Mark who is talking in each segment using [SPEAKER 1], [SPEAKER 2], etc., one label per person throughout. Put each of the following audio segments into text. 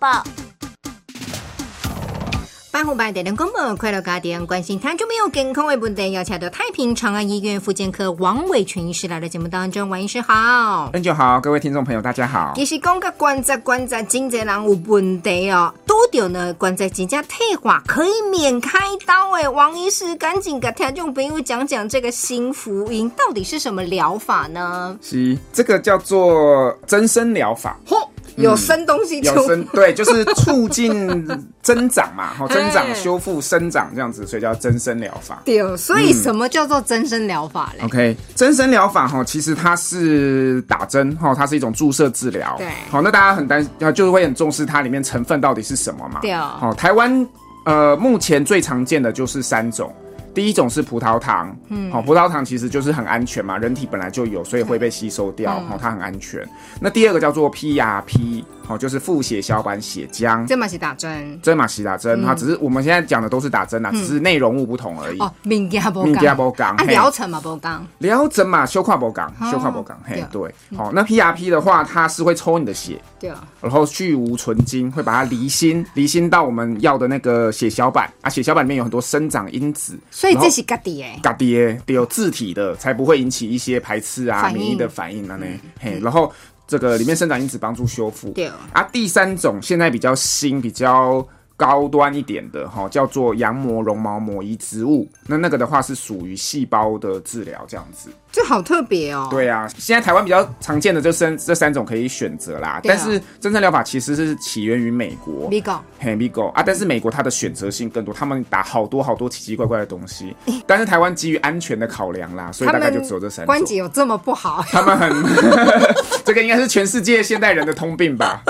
[SPEAKER 1] 报。
[SPEAKER 2] 班红白点点公布，快乐家庭关心台中没有健康的问题，要请到太平长安医院复健科王伟全医师来到节目当中，王医师好。
[SPEAKER 3] N 九好，各位听众朋友，大家好。
[SPEAKER 2] 其实讲个关节关节真侪人有问题哦，拄着呢关节真正退化，可以免开刀诶。王医师赶紧给听众朋友讲讲这个新福音到底是什么疗法呢？
[SPEAKER 3] 是这个叫做增生疗法，
[SPEAKER 2] 嚯，有生东西
[SPEAKER 3] 嗯有
[SPEAKER 2] 出，
[SPEAKER 3] 生对，就是促进增长嘛，好增长
[SPEAKER 2] 哎、
[SPEAKER 3] 修复、生长这样子，所以叫增生疗法。
[SPEAKER 2] 对，所以什么叫做增生疗法嘞？
[SPEAKER 3] OK，增生疗法哈，其实它是打针哈，它是一种注射治疗。
[SPEAKER 2] 对
[SPEAKER 3] 好，那大家很担啊，就是会很重视它里面成分到底是什么嘛？
[SPEAKER 2] 对哦
[SPEAKER 3] 好，台湾呃，目前最常见的就是三种。第一种是葡萄糖，嗯，好、葡萄糖其实就是很安全嘛，人体本来就有，所以会被吸收掉，
[SPEAKER 2] 嗯
[SPEAKER 3] 好、它很安全。那第二个叫做 PRP，好、就是腹血小板血浆，
[SPEAKER 2] 这嘛是打针
[SPEAKER 3] 针马西打针，它只是我们现在讲的都是打针啦，只是内容物不同而已。
[SPEAKER 2] 嗯哦，物件无
[SPEAKER 3] 物件
[SPEAKER 2] 讲，
[SPEAKER 3] 无同
[SPEAKER 2] 啊
[SPEAKER 3] 嘿
[SPEAKER 2] 疗程嘛无讲，
[SPEAKER 3] 疗程嘛，修胯博港，修胯博港，嘿，对，好、那 PRP 的话，它是会抽你的血，
[SPEAKER 2] 对啊。
[SPEAKER 3] 然后去无存精，会把它离心，离心到我们要的那个血小板啊，血小板里面有很多生长因子，
[SPEAKER 2] 所以
[SPEAKER 3] 然后
[SPEAKER 2] 这是家己诶，
[SPEAKER 3] 嘎爹得有自体的，才不会引起一些排斥啊、
[SPEAKER 2] 反应嗯
[SPEAKER 3] 免疫的反应啊呢，嘿，然后这个里面生长因子帮助修复，
[SPEAKER 2] 对哦
[SPEAKER 3] 啊，第三种现在比较新、比较高端一点的哈、叫做羊膜绒毛膜移植物，那那个的话是属于细胞的治疗这样子。
[SPEAKER 2] 这好特别哦。
[SPEAKER 3] 对啊，现在台湾比较常见的就三这三种可以选择啦。
[SPEAKER 2] 对啊
[SPEAKER 3] 但是真正疗法其实是起源于美国。
[SPEAKER 2] 你讲，
[SPEAKER 3] 嘿，Migo 啊，但是美国它的选择性更多，他们打好多好多奇奇怪怪的东西。但是台湾基于安全的考量 啦，所以
[SPEAKER 2] 他
[SPEAKER 3] 大概
[SPEAKER 2] 们
[SPEAKER 3] 就只有这三
[SPEAKER 2] 关
[SPEAKER 3] 种。
[SPEAKER 2] 节有这么不好？
[SPEAKER 3] 他们 很，这个应该是全世界现代人的通病吧？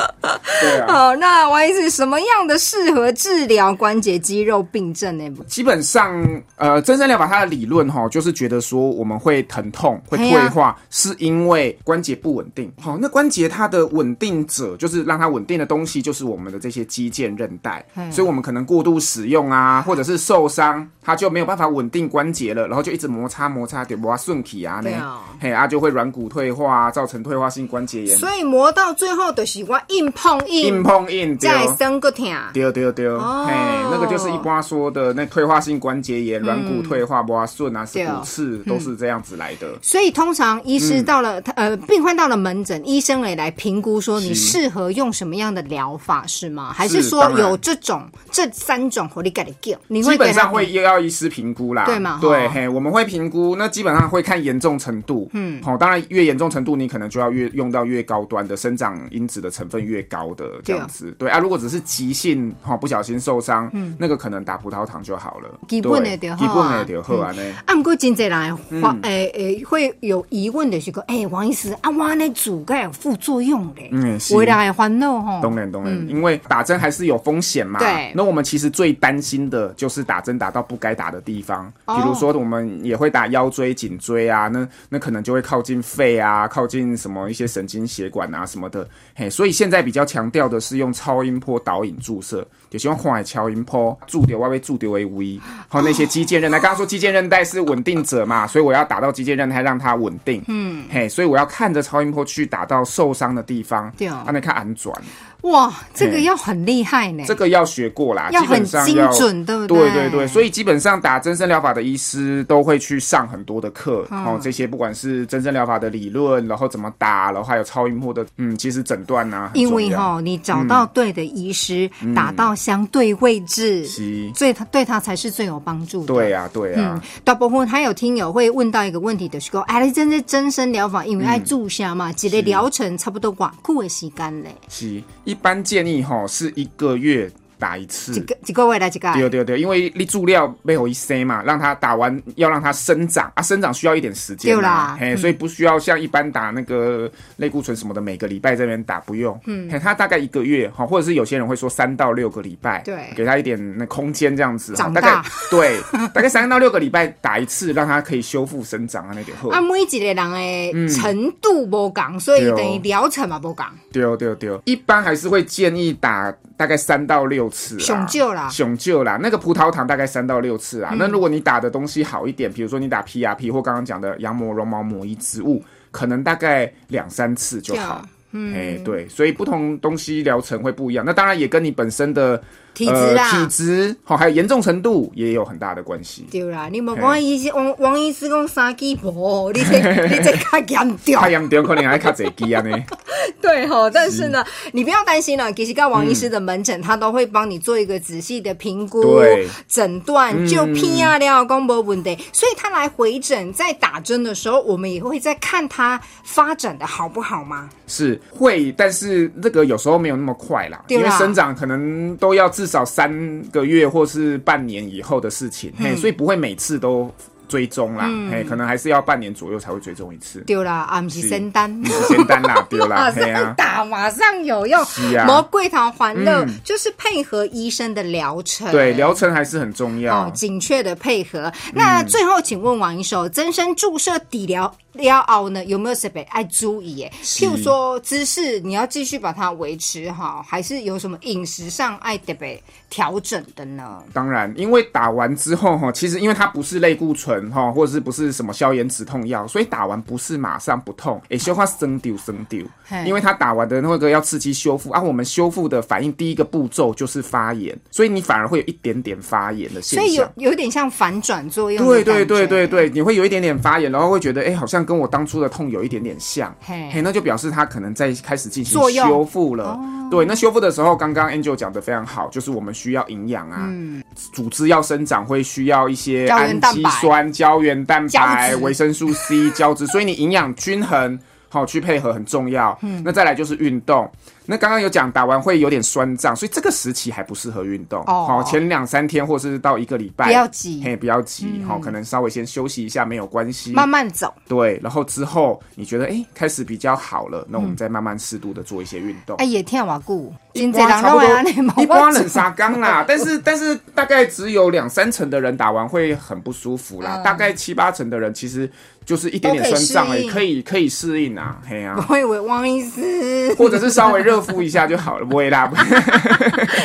[SPEAKER 3] 对啊。
[SPEAKER 2] 哦，那王医师，什么样的适合治疗关节肌肉病症呢？
[SPEAKER 3] 基本上，呃，真正疗法它的理论哈，就是觉得说我们会疼痛、会
[SPEAKER 2] 嘿
[SPEAKER 3] 退
[SPEAKER 2] 哎呀
[SPEAKER 3] 化，是因为关节不稳定。好、那关节它的稳定者，就是让它稳定的东西，就是我们的这些肌腱、韧带。
[SPEAKER 2] 哎
[SPEAKER 3] 所以我们可能过度使用啊，或者是受伤，它就没有办法稳定关节了，然后就一直摩擦摩擦，对不？顺体啊，那
[SPEAKER 2] 对哦
[SPEAKER 3] 嘿啊，就会软骨退化啊，造成退化性关节炎，
[SPEAKER 2] 所以磨到最后的是我硬碰
[SPEAKER 3] 硬
[SPEAKER 2] 硬，
[SPEAKER 3] 碰硬，对
[SPEAKER 2] 再
[SPEAKER 3] 哦
[SPEAKER 2] 生个疼。
[SPEAKER 3] 丢丢丢，
[SPEAKER 2] 哦
[SPEAKER 3] 嘿，那个就是一般说的那退化性关节炎、软骨退化、不顺啊、是
[SPEAKER 2] 对哦
[SPEAKER 3] 骨刺，都是这样子来的。
[SPEAKER 2] 所以通常医师到了、
[SPEAKER 3] 嗯
[SPEAKER 2] 呃，病患到了门诊，医生也来评估说你适合用什么样的疗法是吗？还是说
[SPEAKER 3] 当然
[SPEAKER 2] 有这种这三种活力钙的 g 你会给
[SPEAKER 3] 基本
[SPEAKER 2] 他
[SPEAKER 3] 上会又要医师评估啦，
[SPEAKER 2] 对嘛
[SPEAKER 3] 对，
[SPEAKER 2] 吼
[SPEAKER 3] 嘿，我们会评估，那基本上会看严重程度，嗯，好，当然越严重程度，你可能就要越用到越高端的生长因子的成分越高的这样子，对啊，如果只是急性哈不小心受伤，嗯，那个可能打葡萄糖就好了，
[SPEAKER 2] 基本的
[SPEAKER 3] 对
[SPEAKER 2] 就好啊
[SPEAKER 3] 基本的就好啊呢。
[SPEAKER 2] 啊，不过真侪人会发，
[SPEAKER 3] 嗯
[SPEAKER 2] 诶、诶、会有疑问的是讲，诶、王医师，啊，我安尼煮该有副作用嘞，
[SPEAKER 3] 嗯是
[SPEAKER 2] 为人会烦恼吼
[SPEAKER 3] 当。然，当然，因为打针还是有风险嘛。
[SPEAKER 2] 对
[SPEAKER 3] 那我们其实最担心的就是打针打到不该打的地方，
[SPEAKER 2] 哦
[SPEAKER 3] 比如说我们也会打腰椎、颈椎啊，那那可能就会靠近肺啊，靠近什么一些神经血管啊什么的。嘿，所以现在比较强调的是用超音波导引注射，就希望看海超音波注掉外围注掉 A V，还有那些肌腱韧带。刚刚说肌腱韧带是稳定者嘛，所以我要打到肌腱韧带让它稳定。嗯，嘿，所以我要看着超音波去打到受伤的地方，
[SPEAKER 2] 对哦
[SPEAKER 3] 啊，那看安转。
[SPEAKER 2] 哇，这个
[SPEAKER 3] 嘿
[SPEAKER 2] 要很厉害呢。
[SPEAKER 3] 这个要学过啦，
[SPEAKER 2] 要
[SPEAKER 3] 基本上要
[SPEAKER 2] 很精准对不对
[SPEAKER 3] 对？对对所以基本上打增生疗法的医师都会去上很多的课，哦，这些不管是增生疗法的理论，然后怎么打，然后还有超音波的，嗯，其实诊断呐、啊，
[SPEAKER 2] 因为
[SPEAKER 3] 哈，
[SPEAKER 2] 哈、你找到对的医师，打到相对位置，
[SPEAKER 3] 嗯是
[SPEAKER 2] 最他对他才是最有帮助的。
[SPEAKER 3] 对呀、对啊呀、
[SPEAKER 2] 嗯，大部分还有听友会问到一个问题，就是讲，哎，你真的真身疗法，因为爱
[SPEAKER 3] 嗯
[SPEAKER 2] 注射嘛，一个疗程差不多偌久的时间嘞，
[SPEAKER 3] 是一般建议哈是一个月打一次
[SPEAKER 2] 一。个一个月来一个，
[SPEAKER 3] 对对对，因为你注料没有一塞嘛，让它打完要让它生长啊，生长需要一点时间
[SPEAKER 2] 对啦嗯
[SPEAKER 3] 嘛，嘿，所以不需要像一般打那个类固醇什么的，每个礼拜这边打不用，嗯，嘿，它大概一个月哈，或者是有些人会说三到六个礼拜，
[SPEAKER 2] 对
[SPEAKER 3] 给它一点那空间这样子，哈
[SPEAKER 2] 长
[SPEAKER 3] 大
[SPEAKER 2] 大
[SPEAKER 3] 概对， 大概三到六个礼拜打一次，让它可以修复生长啊那点后。
[SPEAKER 2] 啊，每一个人的程度无同，所以
[SPEAKER 3] 对哦
[SPEAKER 2] 等于疗程嘛无同。
[SPEAKER 3] 对对对，一般还是会建议打大概三到六次、啊，
[SPEAKER 2] 上少啦
[SPEAKER 3] 熊救啦。那个葡萄糖大概三到六次啊。那如果你打的东西好一点，比如说你打 PRP 或刚刚讲的羊膜绒毛膜移植物，可能大概两三次就
[SPEAKER 2] 对啊
[SPEAKER 3] 好。嗯，哎，对，所以不同东西疗程会不一样。那当然也跟你本身的呃
[SPEAKER 2] 体质啦，
[SPEAKER 3] 体质，好、还有严重程度也有很大的关系。
[SPEAKER 2] 对啦，你莫讲医师王王医师讲三鸡婆， 你这你这较严重。
[SPEAKER 3] 太阳点可能还卡侪机啊呢，
[SPEAKER 2] 对哈、但是呢，你不要担心
[SPEAKER 3] 嗯
[SPEAKER 2] 了，其实看王医师的门诊，他都会帮你做一个仔细的评估
[SPEAKER 3] 对、嗯
[SPEAKER 2] 诊断，就偏啊了，公博问题。所以他来回诊，在打针的时候，我们也会在看他发展的好不好嘛。
[SPEAKER 3] 是会，但是这个有时候没有那么快啦，
[SPEAKER 2] 对
[SPEAKER 3] 因
[SPEAKER 2] 啦
[SPEAKER 3] 为生长可能都要至少三个月或是半年以后的事情，
[SPEAKER 2] 嗯
[SPEAKER 3] 嘿，所以不会每次都追踪啦，嘿，可能还是要半年左右才会追踪一次，
[SPEAKER 2] 对啦，啊，不是
[SPEAKER 3] 是
[SPEAKER 2] 仙丹。
[SPEAKER 3] 不是仙丹啦， 对啦，
[SPEAKER 2] 马
[SPEAKER 3] 嘿
[SPEAKER 2] 上
[SPEAKER 3] 啊，
[SPEAKER 2] 打，马上有用
[SPEAKER 3] 是。啊嗯
[SPEAKER 2] 魔桂堂环乐就是配合医生的疗程，
[SPEAKER 3] 对，啊嗯疗程还是很重
[SPEAKER 2] 哦
[SPEAKER 3] 要，。
[SPEAKER 2] 紧确的配合。那最后，请问王医师，哦增生注射底疗疗熬呢，有没有什么爱注意？耶？譬如说姿势，你要继续把它维持好，还是有什么饮食上爱得被调整的呢？
[SPEAKER 3] 当然，因为打完之后哈，其实因为它不是类固醇哈，或者是不是什么消炎止痛药，所以打完不是马上不痛，诶，消化生丢生丢
[SPEAKER 2] 嘿，
[SPEAKER 3] 因为它打完的那个要刺激修复啊，我们修复的反应第一个步骤就是发炎，所以你反而会有一点点发炎的现
[SPEAKER 2] 所以有
[SPEAKER 3] 象。
[SPEAKER 2] 有点像反转作用，
[SPEAKER 3] 对对对对，对，你会有一点点发炎，然后会觉得，哎诶，好像跟我当初的痛有一点点像，
[SPEAKER 2] 嘿
[SPEAKER 3] 嘿，那就表示它可能在开始进行
[SPEAKER 2] 作用哦
[SPEAKER 3] 修复了。对，那修复的时候，刚刚 Angel 讲的非常好，就是我们需要营养啊，组织要生长会需要一些
[SPEAKER 2] 嗯胶原
[SPEAKER 3] 氨
[SPEAKER 2] 蛋
[SPEAKER 3] 基
[SPEAKER 2] 白
[SPEAKER 3] 酸、胶原蛋白
[SPEAKER 2] 胶、质
[SPEAKER 3] 维生素 C、胶质，所以你营养均衡。好，去配合很重要。嗯，那再来就是运动。那刚刚有讲打完会有点酸胀，所以这个时期还不适合运动。
[SPEAKER 2] 哦
[SPEAKER 3] 好，前两三天或是到一个礼拜，
[SPEAKER 2] 不要急
[SPEAKER 3] 嘿，不要急。好，可能稍微先休息一下没有关系。
[SPEAKER 2] 慢慢走。
[SPEAKER 3] 对，然后之后你觉得哎、诶开始比较好了，那我们再慢慢适度的做一些运动。
[SPEAKER 2] 哎，也听我顾，今
[SPEAKER 3] 哇差不多一般人
[SPEAKER 2] 啥？
[SPEAKER 3] 杀缸啦，但是但是大概只有两三成的人打完会很不舒服啦，大概七八成的人其实就是一点点酸胀而已，
[SPEAKER 2] 都
[SPEAKER 3] 可
[SPEAKER 2] 可。
[SPEAKER 3] 以可以适应啊，嘿呀、啊
[SPEAKER 2] 我以为汪医师，
[SPEAKER 3] 或者是稍微热敷一下就好了，不会啦，不会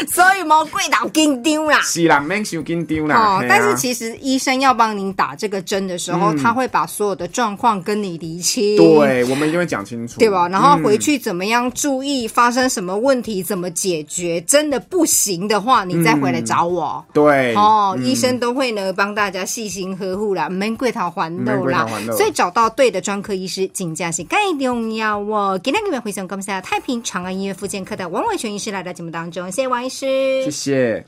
[SPEAKER 2] 所以魔鬼岛紧张啦。
[SPEAKER 3] 是啦，免受紧张啦。
[SPEAKER 2] 哦
[SPEAKER 3] 嘿，啊
[SPEAKER 2] 但是其实医生要帮您打这个针的时候，他会把所有的状况跟你厘清，，
[SPEAKER 3] 对，嗯我们一定会讲清楚，
[SPEAKER 2] 对吧？然后回去怎么样注意发生什么问题，怎么解决？真的不行的话，你再回来找我。
[SPEAKER 3] 对，
[SPEAKER 2] 哦，医生都会呢帮大家细心呵护啦，免贵桃还
[SPEAKER 3] 免
[SPEAKER 2] 漏
[SPEAKER 3] 过
[SPEAKER 2] 啦
[SPEAKER 3] 头烦恼，
[SPEAKER 2] 所以找到对的专科医师，请假是更重要哦。今天你们回想感谢太平长安医院复健科的王伟全医师来到节目当中，谢谢王医师，
[SPEAKER 3] 谢谢。